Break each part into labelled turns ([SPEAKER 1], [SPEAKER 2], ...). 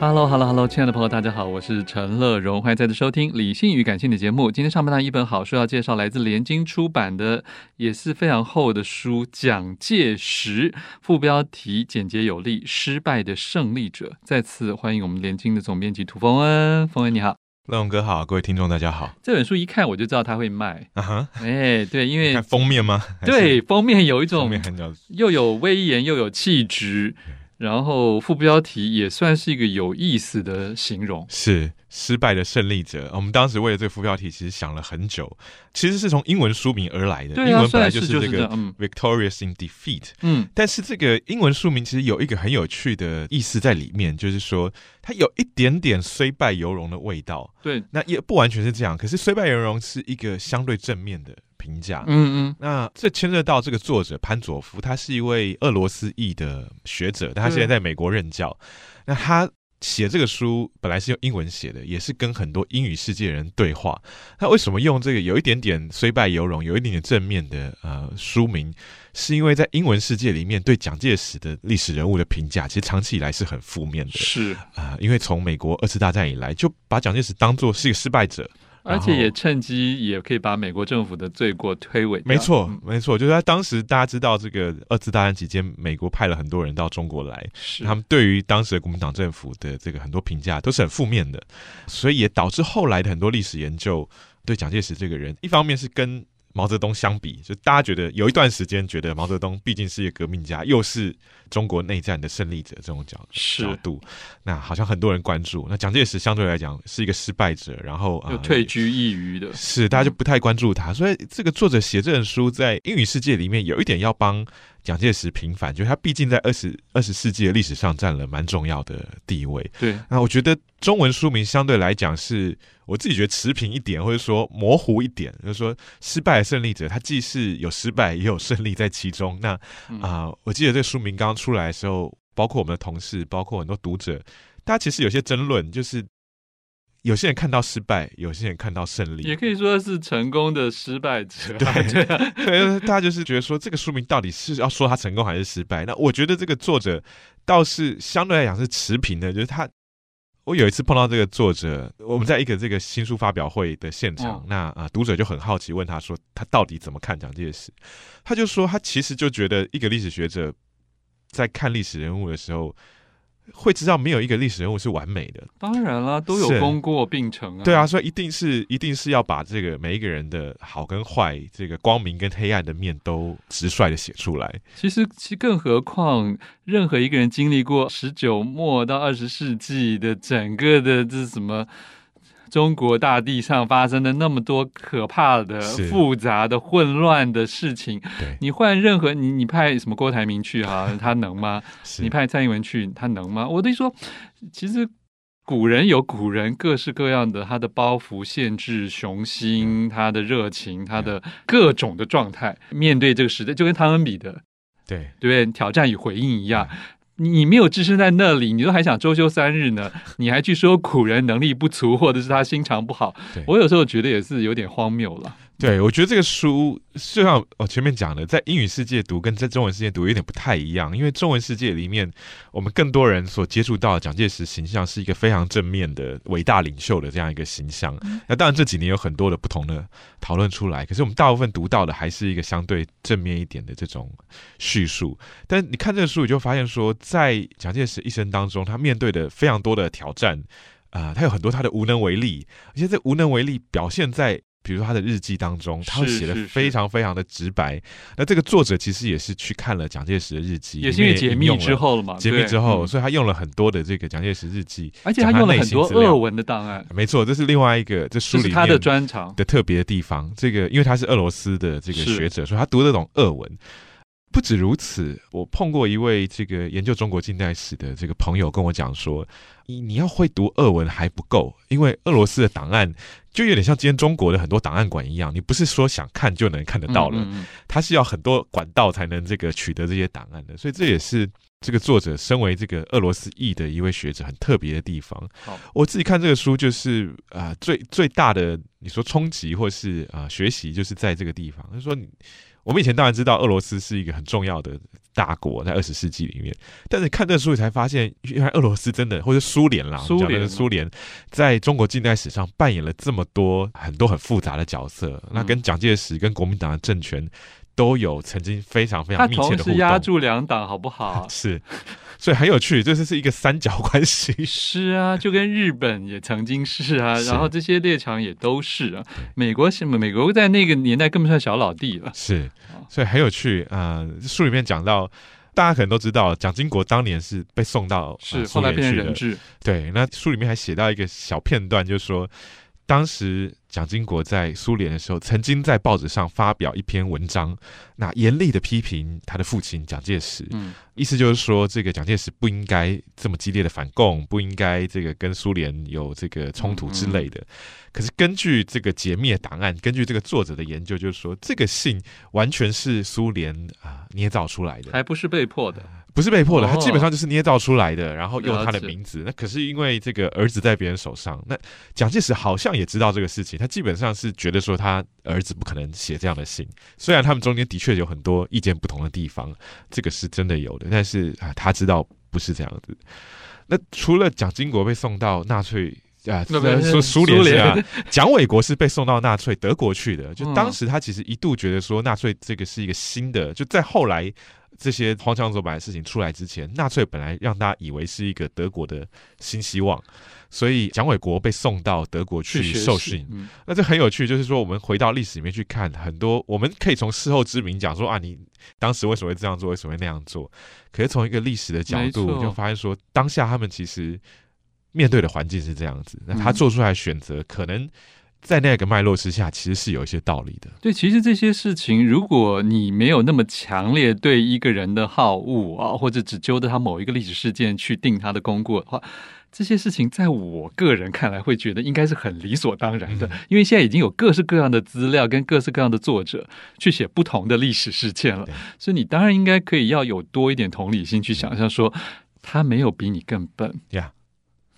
[SPEAKER 1] Hello，Hello，Hello，亲爱的朋友，大家好，我是陈乐荣，欢迎再次收听《理性与感性》的节目。今天上半段一本好书要介绍，来自联经出版的，也是非常厚的书，《蒋介石》，副标题简洁有力，《失败的胜利者》。再次欢迎我们联经的总编辑涂峰恩，峰恩你好，
[SPEAKER 2] 乐荣哥好，各位听众大家好。
[SPEAKER 1] 这本书一看我就知道它会卖，
[SPEAKER 2] 啊哈，
[SPEAKER 1] 哎，对，因为
[SPEAKER 2] 看封面吗？ 还是
[SPEAKER 1] 对封面有一
[SPEAKER 2] 封
[SPEAKER 1] 种
[SPEAKER 2] 面很有
[SPEAKER 1] 又有威严又有气质，然后副标题也算是一个有意思的形容。
[SPEAKER 2] 是失败的胜利者。我们当时为了这个副标题，其实想了很久，其实是从英文书名而来的。
[SPEAKER 1] 对
[SPEAKER 2] 英
[SPEAKER 1] 啊，
[SPEAKER 2] 文本
[SPEAKER 1] 算
[SPEAKER 2] 来
[SPEAKER 1] 是
[SPEAKER 2] 是
[SPEAKER 1] 是
[SPEAKER 2] 这
[SPEAKER 1] 这样
[SPEAKER 2] 个
[SPEAKER 1] 嗯
[SPEAKER 2] “victorious in defeat”。
[SPEAKER 1] 嗯，
[SPEAKER 2] 但是这个英文书名其实有一个很有趣的意思在里面，就是说它有一点点虽败犹荣的味道。
[SPEAKER 1] 对，
[SPEAKER 2] 那也不完全是这样，可是虽败犹荣是一个相对正面的评价。
[SPEAKER 1] 嗯嗯，
[SPEAKER 2] 那这牵涉到这个作者潘佐夫，他是一位俄罗斯裔的学者，但他现在在美国任教。那他写这个书本来是用英文写的，也是跟很多英语世界的人对话。那为什么用这个有一点点虽败犹荣、有一点点正面的呃书名？是因为在英文世界里面对蒋介石的历史人物的评价，其实长期以来是很负面的
[SPEAKER 1] 是，
[SPEAKER 2] 啊、因为从美国二次大战以来，就把蒋介石当作是一个失败者，
[SPEAKER 1] 而
[SPEAKER 2] 然后
[SPEAKER 1] 且也趁机也可以把美国政府的罪过推诿掉。
[SPEAKER 2] 没错
[SPEAKER 1] 嗯，
[SPEAKER 2] 没错，就是他当时大家知道，这个二次大战期间，美国派了很多人到中国来，
[SPEAKER 1] 是
[SPEAKER 2] 他们对于当时的国民党政府的这个很多评价都是很负面的，所以也导致后来的很多历史研究对蒋介石这个人，一方面是跟毛泽东相比，就大家觉得有一段时间觉得毛泽东毕竟是一个革命家，又是中国内战的胜利者这种角
[SPEAKER 1] 是
[SPEAKER 2] 角度，那好像很多人关注。那蒋介石相对来讲是一个失败者，然后啊
[SPEAKER 1] 又退居一隅 的，
[SPEAKER 2] 是，大家就不太关注他，所以这个作者写这本书在英语世界里面有一点要帮蒋介石平反，就是他毕竟在二十二十世纪的历史上占了蛮重要的地位。
[SPEAKER 1] 对，
[SPEAKER 2] 那我觉得中文书名相对来讲是我自己觉得持平一点，或者说模糊一点，就是说失败的胜利者，他既是有失败，也有胜利在其中。那
[SPEAKER 1] 嗯
[SPEAKER 2] 啊、我记得这个书名刚刚出来的时候，包括我们的同事，包括很多读者，大家其实有些争论，就是有些人看到失败，有些人看到胜利，
[SPEAKER 1] 也可以说是成功的失败者。
[SPEAKER 2] 对
[SPEAKER 1] 啊，
[SPEAKER 2] 对，大家就是觉得说这个书名到底是要说它成功还是失败？那我觉得这个作者倒是相对来讲是持平的，就是他。我有一次碰到这个作者，我们在一个这个新书发表会的现场，
[SPEAKER 1] 嗯
[SPEAKER 2] 那啊、读者就很好奇问他说，他到底怎么看蒋介石？他就说他其实就觉得一个历史学者在看历史人物的时候，会知道没有一个历史人物是完美的，
[SPEAKER 1] 当然啦，都有
[SPEAKER 2] 是
[SPEAKER 1] 功过并成啊。
[SPEAKER 2] 对啊，，所以一定是一定是要把这个每一个人的好跟坏，这个光明跟黑暗的面都直率的写出来。
[SPEAKER 1] 其实，其实更何况，任何一个人经历过十九末到二十世纪的整个的这什么中国大地上发生的那么多可怕的、
[SPEAKER 2] 是
[SPEAKER 1] 复杂的、混乱的事情，
[SPEAKER 2] 对，
[SPEAKER 1] 你换任何你你派什么郭台铭去哈、 他能吗？
[SPEAKER 2] 是
[SPEAKER 1] 你派蔡英文去，他能吗？我的意思说，其实古人有古人各式各样的他的包袱、限制、雄
[SPEAKER 2] 嗯
[SPEAKER 1] 心、他的热情、他的各种的状态，面对这个时代，就跟汤恩比的
[SPEAKER 2] 对
[SPEAKER 1] 对不对？挑战与回应一样。你你没有置身在那里，你都还想周休三日呢， 你还去说古人能力不足，或者是他心肠不好
[SPEAKER 2] 对，
[SPEAKER 1] 我有时候觉得也是有点荒谬了。
[SPEAKER 2] 对，我觉得这个书就像我前面讲的，在英语世界读跟在中文世界读有点不太一样，因为中文世界里面，我们更多人所接触到的蒋介石形象是一个非常正面的伟大领袖的这样一个形象。
[SPEAKER 1] 嗯
[SPEAKER 2] 那当然这几年有很多的不同的讨论出来，可是我们大部分读到的还是一个相对正面一点的这种叙述。但你看这个书，你就发现说，在蒋介石一生当中，他面对的非常多的挑战。啊、他有很多他的无能为力，而且这无能为力表现在。比如说他的日记当中，他会
[SPEAKER 1] 是是
[SPEAKER 2] 写的
[SPEAKER 1] 是
[SPEAKER 2] 非常非常的直白。那这个作者其实也是去看了蒋介石的日记，
[SPEAKER 1] 也是因为
[SPEAKER 2] 里面
[SPEAKER 1] 解
[SPEAKER 2] 引
[SPEAKER 1] 密
[SPEAKER 2] 用了
[SPEAKER 1] 之，后了嘛，
[SPEAKER 2] 解密
[SPEAKER 1] 对
[SPEAKER 2] 之后，
[SPEAKER 1] 嗯
[SPEAKER 2] 所以他用了很多的这个蒋介石日记。
[SPEAKER 1] 而且他
[SPEAKER 2] 讲他
[SPEAKER 1] 用了
[SPEAKER 2] 内
[SPEAKER 1] 很
[SPEAKER 2] 心
[SPEAKER 1] 多
[SPEAKER 2] 资料
[SPEAKER 1] 俄文的档案，
[SPEAKER 2] 没错，这是另外一个这书
[SPEAKER 1] 这
[SPEAKER 2] 里
[SPEAKER 1] 是
[SPEAKER 2] 面
[SPEAKER 1] 他的专长。
[SPEAKER 2] 的特别的地方。这个因为他是俄罗斯的这个
[SPEAKER 1] 是
[SPEAKER 2] 学者，所以他读得懂俄文。不止如此，我碰过一位这个研究中国近代史的这个朋友跟我讲说，你你要会读俄文还不够，因为俄罗斯的档案就有点像今天中国的很多档案馆一样，你不是说想看就能看得到了，
[SPEAKER 1] 嗯嗯嗯
[SPEAKER 2] 它是要很多管道才能这个取得这些档案的，所以这也是这个作者身为这个俄罗斯裔的一位学者很特别的地方
[SPEAKER 1] 好。
[SPEAKER 2] 我自己看这个书就是啊、呃最最大的你说冲击或是啊、呃学习就是在这个地方，就是说你。我们以前当然知道俄罗斯是一个很重要的大国，在二十世纪里面，但是看这书你才发现，原来俄罗斯真的或者苏联啦，
[SPEAKER 1] 苏联啊
[SPEAKER 2] 我们讲的是苏联在中国近代史上扮演了这么多很多很复杂的角色，那跟蒋介石跟国民党的政权都有曾经非常非
[SPEAKER 1] 他
[SPEAKER 2] 常密切
[SPEAKER 1] 同
[SPEAKER 2] 的
[SPEAKER 1] 时
[SPEAKER 2] 互
[SPEAKER 1] 压
[SPEAKER 2] 动，？
[SPEAKER 1] 住两党，好不好
[SPEAKER 2] 是，所以很有趣，这就是一个三角关 系。
[SPEAKER 1] 是啊，就跟日本也曾经是啊，
[SPEAKER 2] 是
[SPEAKER 1] 然后这些列强也都是啊。美国是美国在那个年代根本算小老弟了，
[SPEAKER 2] 是
[SPEAKER 1] 哦，
[SPEAKER 2] 所以很有趣。呃，书里面讲到，大家可能都知道，蒋经国当年是被送到呃
[SPEAKER 1] 是
[SPEAKER 2] 苏
[SPEAKER 1] 后来
[SPEAKER 2] 联
[SPEAKER 1] 变成
[SPEAKER 2] 去
[SPEAKER 1] 人
[SPEAKER 2] 的。
[SPEAKER 1] 质，
[SPEAKER 2] 对，那书里面还写到一个小片段，就是说。当时蒋经国在苏联的时候，曾经在报纸上发表一篇文章，那严厉的批评他的父亲蒋介石。
[SPEAKER 1] 嗯，
[SPEAKER 2] 意思就是说，这个蒋介石不应该这么激烈的反共，不应该这个跟苏联有这个冲突之类的。可是根据这个解密的档案，根据这个作者的研究，就是说这个信完全是苏联啊、捏造出来的，
[SPEAKER 1] 还不是被迫的，
[SPEAKER 2] 不是被迫的，他
[SPEAKER 1] 哦
[SPEAKER 2] 基本上就是捏造出来的，然后用他的
[SPEAKER 1] 了解
[SPEAKER 2] 名字。那可是因为这个儿子在别人手上，那蒋介石好像也知道这个事情，他基本上是觉得说他儿子不可能写这样的信。虽然他们中间的确有很多意见不同的地方，这个是真的有的，但是啊，他知道不是这样子。那除了蒋经国被送到纳粹。啊，
[SPEAKER 1] 那不是
[SPEAKER 2] 说苏联
[SPEAKER 1] 苏
[SPEAKER 2] 是啊
[SPEAKER 1] 联，
[SPEAKER 2] 蒋纬国是被送到纳粹德国去的。就
[SPEAKER 1] 嗯
[SPEAKER 2] 当时他其实一度觉得说纳粹这个是一个新的，就在后来这些荒腔走板的事情出来之前，纳粹本来让大家以为是一个德国的新希望，所以蒋纬国被送到德国去
[SPEAKER 1] 学
[SPEAKER 2] 受
[SPEAKER 1] 习
[SPEAKER 2] 训。
[SPEAKER 1] 嗯
[SPEAKER 2] 那这很有趣，就是说我们回到历史里面去看，很多我们可以从事后之明讲说啊，你当时为什么会这样做，为什么会那样做？可是从一个历史的角
[SPEAKER 1] 没
[SPEAKER 2] 度，
[SPEAKER 1] 错
[SPEAKER 2] 就发现说当下他们其实面对的环境是这样子，那
[SPEAKER 1] 嗯
[SPEAKER 2] 他做出来的选择可能。在那个脉络之下，其实是有一些道理的。
[SPEAKER 1] 对，其实这些事情，如果你没有那么强烈对一个人的好恶啊，或者只揪着他某一个历史事件去定他的功过的话，这些事情在我个人看来，会觉得应该是很理所当然
[SPEAKER 2] 嗯
[SPEAKER 1] 的，因为现在已经有各式各样的资料跟各式各样的作者去写不同的历史事件了
[SPEAKER 2] 对，
[SPEAKER 1] 所以你当然应该可以要有多一点同理心去想象说，他没有比你更笨
[SPEAKER 2] 呀。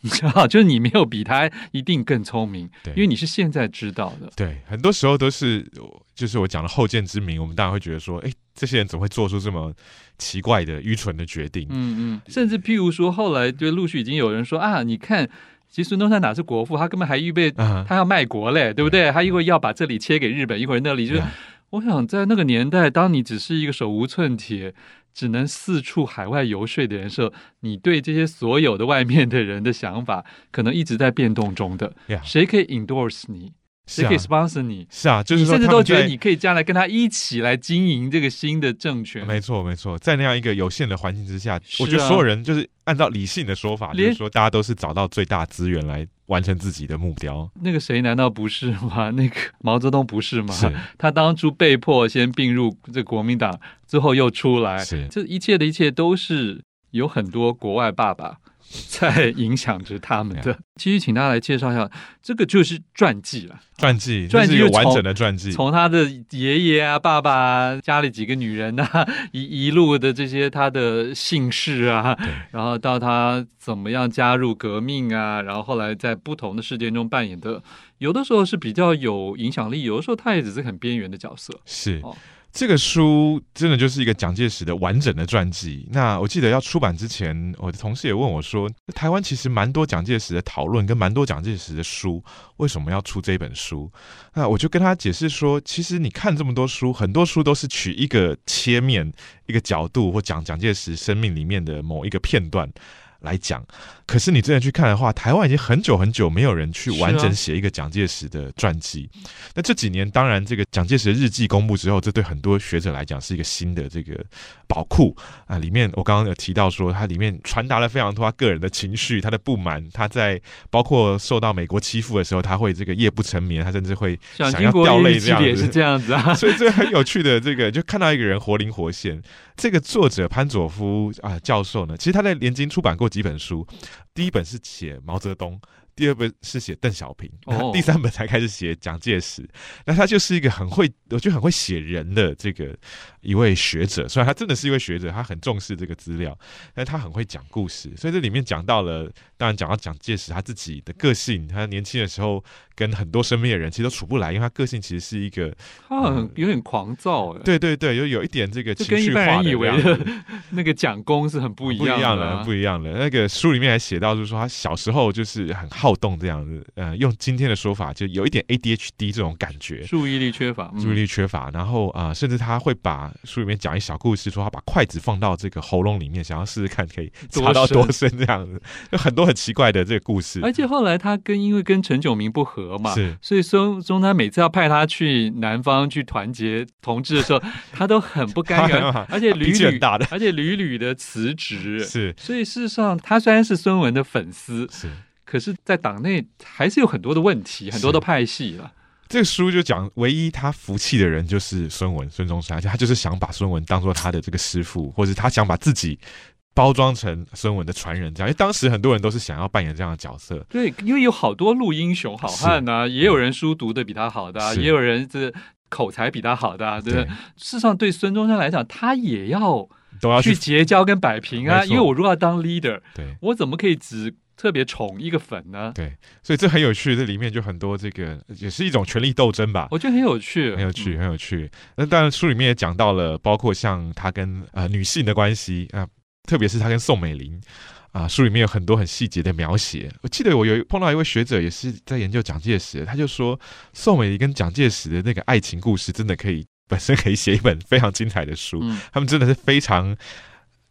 [SPEAKER 1] 你知道，就是你没有比他一定更聪明，
[SPEAKER 2] 对
[SPEAKER 1] 因为你是现在知道的。
[SPEAKER 2] 对，很多时候都是，就是我讲的后见之明，我们当然会觉得说，哎，这些人怎么会做出这么奇怪的、愚蠢的决定？
[SPEAKER 1] 嗯嗯，甚至譬如说，后来就陆续已经有人说啊，你看，其实孙中山哪是国父，他根本还预备
[SPEAKER 2] 啊
[SPEAKER 1] 他要卖国嘞，对不
[SPEAKER 2] 嗯
[SPEAKER 1] 对？他一会儿要把这里切给日本，一会儿那里就是
[SPEAKER 2] 对啊。
[SPEAKER 1] 我想在那个年代，当你只是一个手无寸铁。只能四处海外游说的人时候，你对这些所有的外面的人的想法，可能一直在变动中的。
[SPEAKER 2] 呀
[SPEAKER 1] 谁可以 endorse 你？
[SPEAKER 2] 嗯是
[SPEAKER 1] 谁可
[SPEAKER 2] 啊
[SPEAKER 1] 以，sponsor 你？
[SPEAKER 2] 是啊，就是
[SPEAKER 1] 你
[SPEAKER 2] 说
[SPEAKER 1] 甚至
[SPEAKER 2] 他
[SPEAKER 1] 都
[SPEAKER 2] 们
[SPEAKER 1] 觉得
[SPEAKER 2] 在
[SPEAKER 1] 你可以将来跟他一起来经营这个新的政权。
[SPEAKER 2] 没错，没错，在那样一个有限的环境之下，
[SPEAKER 1] 是啊
[SPEAKER 2] 我觉得所有人就是按照理性的说法，就
[SPEAKER 1] 连
[SPEAKER 2] 是说大家都是找到最大资源来完成自己的目标。
[SPEAKER 1] 那个谁难道不是吗？那个毛泽东不是吗？
[SPEAKER 2] 是
[SPEAKER 1] 他当初被迫先并入这国民党，之后又出来，
[SPEAKER 2] 是
[SPEAKER 1] 这一切的一切都是有很多国外爸爸 在影响着他们
[SPEAKER 2] 啊
[SPEAKER 1] 的。继续请大家来介绍一下，这个就是传记了。
[SPEAKER 2] 传记，
[SPEAKER 1] 传记
[SPEAKER 2] 这是一
[SPEAKER 1] 就
[SPEAKER 2] 个完
[SPEAKER 1] 从
[SPEAKER 2] 整的传记，
[SPEAKER 1] 从他的爷爷啊、爸爸、啊、家里几个女人啊， 一一路的这些他的姓氏啊，然后到他怎么样加入革命啊，然后后来在不同的事件中扮演的，有的时候是比较有影响力，有的时候他也只是很边缘的角色。
[SPEAKER 2] 是、
[SPEAKER 1] 哦
[SPEAKER 2] 这个书真的就是一个蒋介石的完整的传记。那我记得要出版之前，我的同事也问我说，台湾其实蛮多蒋介石的讨论跟蛮多蒋介石的书，为什么要出这本书？那我就跟他解释说，其实你看这么多书，很多书都是取一个切面、一个角度或讲蒋介石生命里面的某一个片段。来讲，可是你真的去看的话，台湾已经很久很久没有人去
[SPEAKER 1] 是啊
[SPEAKER 2] 完整写一个蒋介石的传记。那这几年，当然这个蒋介石的日记公布之后，这对很多学者来讲是一个新的这个宝库啊。里面我刚刚有提到说，它里面传达了非常多他个人的情绪、他的不满，他在包括受到美国欺负的时候，他会这个夜不成眠，他甚至会
[SPEAKER 1] 像
[SPEAKER 2] 想
[SPEAKER 1] 英
[SPEAKER 2] 要
[SPEAKER 1] 国
[SPEAKER 2] 掉
[SPEAKER 1] 的
[SPEAKER 2] 泪
[SPEAKER 1] 日
[SPEAKER 2] 这
[SPEAKER 1] 记
[SPEAKER 2] 样
[SPEAKER 1] 里也是
[SPEAKER 2] 子。
[SPEAKER 1] 这样子 啊，
[SPEAKER 2] 所以这很有趣的，这个就看到一个人活灵活现。这个作者潘佐夫啊、教授呢，其实他在联经出版过几本书，第一本是写毛泽东，第二本是写邓小平，
[SPEAKER 1] 哦
[SPEAKER 2] 第三本才开始写蒋介石。那他就是一个很会，我觉得很会写人的这个一位学者。虽然他真的是一位学者，他很重视这个资料，但他很会讲故事。所以这里面讲到了，当然讲到蒋介石他自己的个性，他年轻的时候跟很多身边的人其实都处不来，因为他个性其实是一个。
[SPEAKER 1] 他很有点狂躁哎、
[SPEAKER 2] 对对对，有有一点这个
[SPEAKER 1] 就
[SPEAKER 2] 情
[SPEAKER 1] 跟一
[SPEAKER 2] 绪
[SPEAKER 1] 般
[SPEAKER 2] 化
[SPEAKER 1] 人
[SPEAKER 2] 的
[SPEAKER 1] 以
[SPEAKER 2] 这
[SPEAKER 1] 为
[SPEAKER 2] 样
[SPEAKER 1] 的
[SPEAKER 2] 子
[SPEAKER 1] 那个蒋公是很不一
[SPEAKER 2] 不一
[SPEAKER 1] 样
[SPEAKER 2] 样
[SPEAKER 1] 的
[SPEAKER 2] 了，
[SPEAKER 1] 啊、
[SPEAKER 2] 不一样了。那个书里面还写到，就是说他小时候就是很好动这样子，呃，用今天的说法，就有一点 ADHD 这种感觉。
[SPEAKER 1] 注意力缺乏，嗯
[SPEAKER 2] 注意力缺乏，然后啊、呃甚至他会把书里面讲一小故事，说他把筷子放到这个喉咙里面，想要试试看可以
[SPEAKER 1] 多
[SPEAKER 2] 插到
[SPEAKER 1] 深
[SPEAKER 2] 多深这样子，有很多很奇怪的这个故事。
[SPEAKER 1] 而且后来他跟因为跟陈炯明不和嘛，
[SPEAKER 2] 是
[SPEAKER 1] 所以孙中山每次要派他去南方去团结同志的 时候，他都很不甘愿
[SPEAKER 2] 他，
[SPEAKER 1] 而且屡
[SPEAKER 2] 脾气
[SPEAKER 1] 屡
[SPEAKER 2] 很大的
[SPEAKER 1] 而且屡屡的辞职。
[SPEAKER 2] 是
[SPEAKER 1] 所以事实上，他虽然是孙文的粉丝，
[SPEAKER 2] 是，
[SPEAKER 1] 可是，在党内还是有很多的问题，很多的派系啊了。
[SPEAKER 2] 这个书就讲，唯一他服气的人就是孙文，孙中山，而且他就是想把孙文当做他的这个师傅，或者他想把自己包装成孙文的传人这样。因为当时很多人都是想要扮演这样的角色，
[SPEAKER 1] 对，因为有好多路英雄好汉呐、也有人书读的比他好的、啊，
[SPEAKER 2] 是
[SPEAKER 1] 也有人这口才比他好的、啊，对不对？
[SPEAKER 2] 对
[SPEAKER 1] 事实上，对孙中山来讲，他也要
[SPEAKER 2] 都要
[SPEAKER 1] 去
[SPEAKER 2] 去
[SPEAKER 1] 结交跟摆平啊，
[SPEAKER 2] 没错
[SPEAKER 1] 因为我如果要当 leader，
[SPEAKER 2] 对。
[SPEAKER 1] 我怎么可以只特别宠一个粉呢？
[SPEAKER 2] 对，所以这很有趣，这里面就很多这个也是一种权力斗争吧。
[SPEAKER 1] 我觉得很有趣，
[SPEAKER 2] 很有趣，
[SPEAKER 1] 嗯。
[SPEAKER 2] 很有趣。那当然，书里面也讲到了，包括像他跟呃女性的关系啊、特别是他跟宋美龄啊、书里面有很多很细节的描写。我记得我有碰到一位学者，也是在研究蒋介石，他就说宋美龄跟蒋介石的那个爱情故事，真的可以本身可以写一本非常精彩的书。
[SPEAKER 1] 嗯，
[SPEAKER 2] 他们真的是非常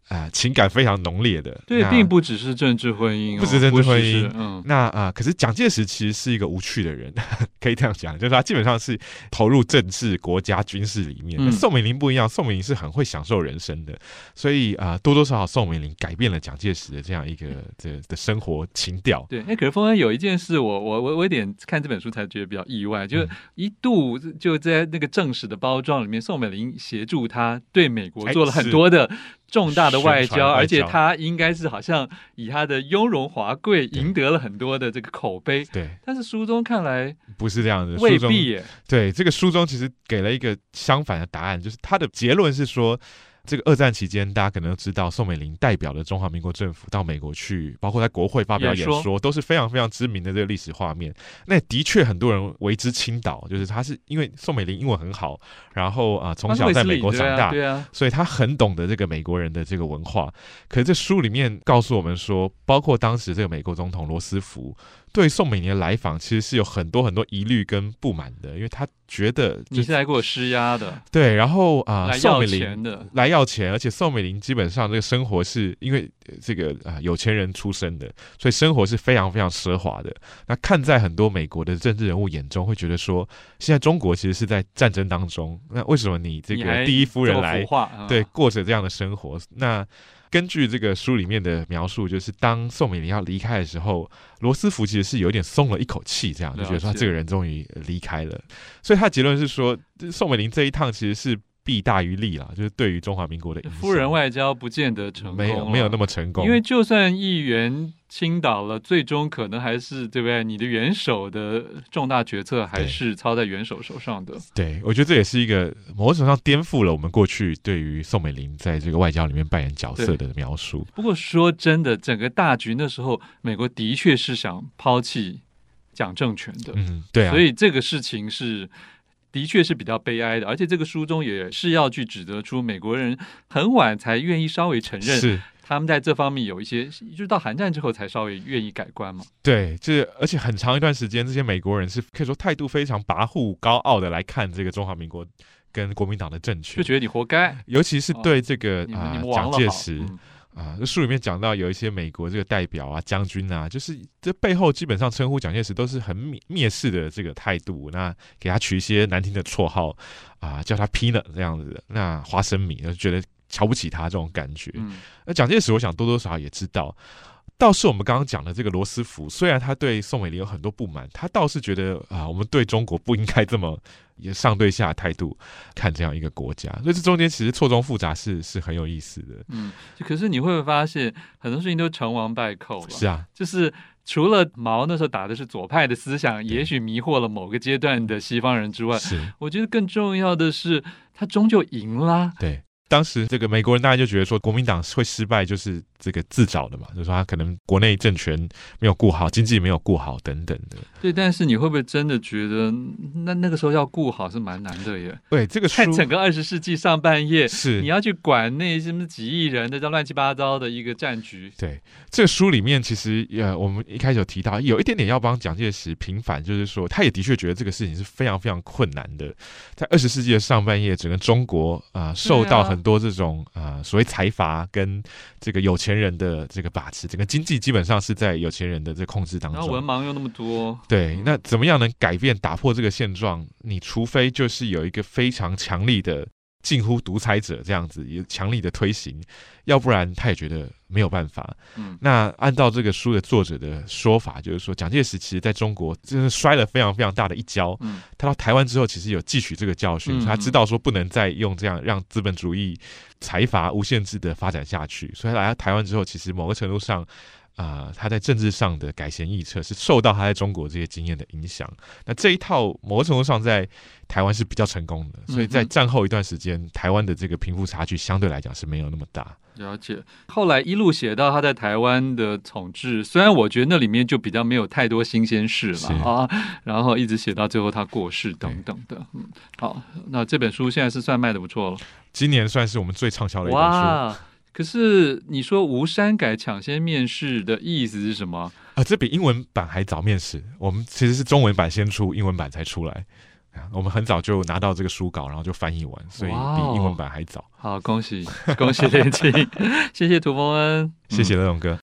[SPEAKER 2] 啊、情感非常浓烈的。
[SPEAKER 1] 对，
[SPEAKER 2] 那
[SPEAKER 1] 并不只是政治婚姻哦、
[SPEAKER 2] 不只是政治婚姻
[SPEAKER 1] 不只是嗯，
[SPEAKER 2] 那啊、可是蒋介石其实是一个无趣的人， 可以这样讲，就是他基本上是投入政治、国家、军事里面。
[SPEAKER 1] 嗯
[SPEAKER 2] 宋美龄不一样，宋美龄是很会享受人生的，所以啊、多多少少宋美龄改变了蒋介石的这样一个的的生活情调。
[SPEAKER 1] 对，哎，可是峰恩有一件事我，我我我有点看这本书才觉得比较意外，就是
[SPEAKER 2] 嗯
[SPEAKER 1] 一度就在那个正史的包装里面，宋美龄协助他对美国
[SPEAKER 2] 哎
[SPEAKER 1] 做了很
[SPEAKER 2] 是
[SPEAKER 1] 多的重大的外
[SPEAKER 2] 宣传
[SPEAKER 1] 交，
[SPEAKER 2] 外
[SPEAKER 1] 而且
[SPEAKER 2] 交
[SPEAKER 1] 他应该是好像以他的雍容华贵赢得了很多的这个口碑，
[SPEAKER 2] 对，
[SPEAKER 1] 但是书中看来
[SPEAKER 2] 不是这样子。
[SPEAKER 1] 未
[SPEAKER 2] 书中
[SPEAKER 1] 必耶，
[SPEAKER 2] 对这个书中其实给了一个相反的答案，就是他的结论是说，这个二战期间，大家可能都知道，宋美龄代表了中华民国政府到美国去，包括在国会发表
[SPEAKER 1] 演
[SPEAKER 2] 演
[SPEAKER 1] 说
[SPEAKER 2] 说，都是非常非常知名的这个历史画面。那的确很多人为之倾倒，就是他是因为宋美龄英文很好，然后啊、从
[SPEAKER 1] 他是
[SPEAKER 2] 小
[SPEAKER 1] 卫
[SPEAKER 2] 在
[SPEAKER 1] 斯
[SPEAKER 2] 美
[SPEAKER 1] 理
[SPEAKER 2] 国
[SPEAKER 1] 对
[SPEAKER 2] 长
[SPEAKER 1] 啊
[SPEAKER 2] 大，
[SPEAKER 1] 对啊，
[SPEAKER 2] 所以他很懂得这个美国人的这个文化。可是这书里面告诉我们说，包括当时这个美国总统罗斯福对宋美龄的来访，其实是有很多很多疑虑跟不满的，因为他觉得
[SPEAKER 1] 你
[SPEAKER 2] 就是
[SPEAKER 1] 来给我施压的，
[SPEAKER 2] 对，然后啊、
[SPEAKER 1] 来
[SPEAKER 2] 宋
[SPEAKER 1] 要
[SPEAKER 2] 美龄
[SPEAKER 1] 钱的，
[SPEAKER 2] 来要钱，而且宋美龄基本上这个生活是因为呃这个啊、有钱人出身的，所以生活是非常非常奢华的。那看在很多美国的政治人物眼中，会觉得说，现在中国其实是在战争当中，那为什么你这
[SPEAKER 1] 你
[SPEAKER 2] 个
[SPEAKER 1] 还
[SPEAKER 2] 第一夫
[SPEAKER 1] 这
[SPEAKER 2] 人
[SPEAKER 1] 么
[SPEAKER 2] 来
[SPEAKER 1] 腐？化，啊
[SPEAKER 2] 对，过着这样的生活。那根据这个书里面的描述，就是当宋美龄要离开的时候，罗斯福其实是有点松了一口气，这样就觉得说
[SPEAKER 1] 了
[SPEAKER 2] 他
[SPEAKER 1] 解
[SPEAKER 2] 这个人终于离开了。所以他的结论是说，这宋美龄这一趟其实是弊大于利啦，就是对于中华民国的影响
[SPEAKER 1] 夫人外交不见得成功，啊
[SPEAKER 2] 没有没有那。么成功，
[SPEAKER 1] 因为就算议员倾倒了，最终可能还是对不对？你的元首的重大决策还
[SPEAKER 2] 对
[SPEAKER 1] 是操在元首手上的。
[SPEAKER 2] 对我觉得这也是一个某种程度上颠覆了我们过去对于宋美龄在这个外交里面扮演角色的描述。
[SPEAKER 1] 不过说真的，整个大局那时候，美国的确是想抛弃蒋政权的，
[SPEAKER 2] 嗯，对啊，
[SPEAKER 1] 所以这个事情是。的确是比较悲哀的，而且这个书中也是要去指得出美国人很晚才愿意稍微承认
[SPEAKER 2] 是
[SPEAKER 1] 他们在这方面有一些，就是到韩战之后才稍微愿意改观嘛。
[SPEAKER 2] 对，就是而且很长一段时间，这些美国人是可以说态度非常跋扈、高傲的来看这个中华民国跟国民党的政
[SPEAKER 1] 就
[SPEAKER 2] 权。
[SPEAKER 1] 觉得你活该，
[SPEAKER 2] 尤其是对这个
[SPEAKER 1] 你们、
[SPEAKER 2] 啊
[SPEAKER 1] 你们
[SPEAKER 2] 蒋
[SPEAKER 1] 亡了
[SPEAKER 2] 介
[SPEAKER 1] 好
[SPEAKER 2] 石
[SPEAKER 1] 嗯
[SPEAKER 2] 啊，这书里面讲到有一些美国这个代表啊、将军啊，就是这背后基本上称呼蒋介石都是很蔑蔑视的这个态度，那给他取一些难听的绰号啊，叫他 Peanut 这样子的，那花生米，就觉得瞧不起他这种感觉。
[SPEAKER 1] 嗯，
[SPEAKER 2] 那呃蒋介石，我想多多少少也知道。倒是我们刚刚讲的这个罗斯福，虽然他对宋美龄有很多不满，他倒是觉得啊、我们对中国不应该这么也上对下的态度看这样一个国家，所以这中间其实错综复杂是是很有意思的。
[SPEAKER 1] 嗯，就可是你会不会发现很多事情都成王败寇了？
[SPEAKER 2] 是啊，
[SPEAKER 1] 就是除了毛那时候打的是左派的思想，也许迷惑了某个阶段
[SPEAKER 2] 嗯
[SPEAKER 1] 的西方人之外，
[SPEAKER 2] 是，
[SPEAKER 1] 我觉得更重要的是他终究赢啊啦。
[SPEAKER 2] 对。当时这个美国人大家就觉得说，国民党会失败就是这个自找的嘛，就是说他可能国内政权没有顾好，经济没有顾好等等的。
[SPEAKER 1] 对，但是你会不会真的觉得那那个时候要顾好是蛮难的耶？
[SPEAKER 2] 对，这个书
[SPEAKER 1] 看整个二十世纪上半叶，
[SPEAKER 2] 是
[SPEAKER 1] 你要去管那什么几亿人的这乱七八糟的一个战局，
[SPEAKER 2] 对，这个书里面其实呃，我们一开始有提到，有一点点要帮蒋介石平反，就是说他也的确觉得这个事情是非常非常困难的。在二十世纪的上半叶，整个中国啊、呃受到很多这种啊、呃所谓财阀跟这个有钱人的这个把持，整个经济基本上是在有钱人的这个控制当
[SPEAKER 1] 然后文
[SPEAKER 2] 中。
[SPEAKER 1] 盲又那么多，
[SPEAKER 2] 对，那怎么样能改变、打破这个现状？你除非就是有一个非常强力的。近乎独裁者这样子，有强力的推行，要不然他也觉得没有办法。
[SPEAKER 1] 嗯，
[SPEAKER 2] 那按照这个书的作者的说法，就是说蒋介石其实在中国真的摔了非常非常大的一跤。
[SPEAKER 1] 嗯
[SPEAKER 2] 他到台湾之后，其实有汲取这个教训，
[SPEAKER 1] 嗯
[SPEAKER 2] 所以他知道说不能再用这样让资本主义财阀无限制的发展下去。所以他来到台湾之后，其实某个程度上。啊、他在政治上的改弦易辙是受到他在中国这些经验的影响。那这一套某个程度上在台湾是比较成功的，所以在
[SPEAKER 1] 嗯哼
[SPEAKER 2] 战后一段时间，台湾的这个贫富差距相对来讲是没有那么大。
[SPEAKER 1] 嗯了解。后来一路写到他在台湾的统治，虽然我觉得那里面就比较没有太多新鲜事
[SPEAKER 2] 是
[SPEAKER 1] 了啊，然后一直写到最后他过世等等的。嗯，好，那这本书现在是算卖的不错了，
[SPEAKER 2] 今年算是我们最畅销的一本书。
[SPEAKER 1] 哇！可是你说吴山改抢先面试的意思是什么？
[SPEAKER 2] 啊，这比英文版还早面世。我们其实是中文版先出，英文版才出来。啊我们很早就拿到这个书稿，然后就翻译完，所以
[SPEAKER 1] 哇哦
[SPEAKER 2] 比英文版还早。
[SPEAKER 1] 好，恭喜恭喜连青，谢谢涂峰恩，
[SPEAKER 2] 谢谢
[SPEAKER 1] 嗯
[SPEAKER 2] 乐勇哥。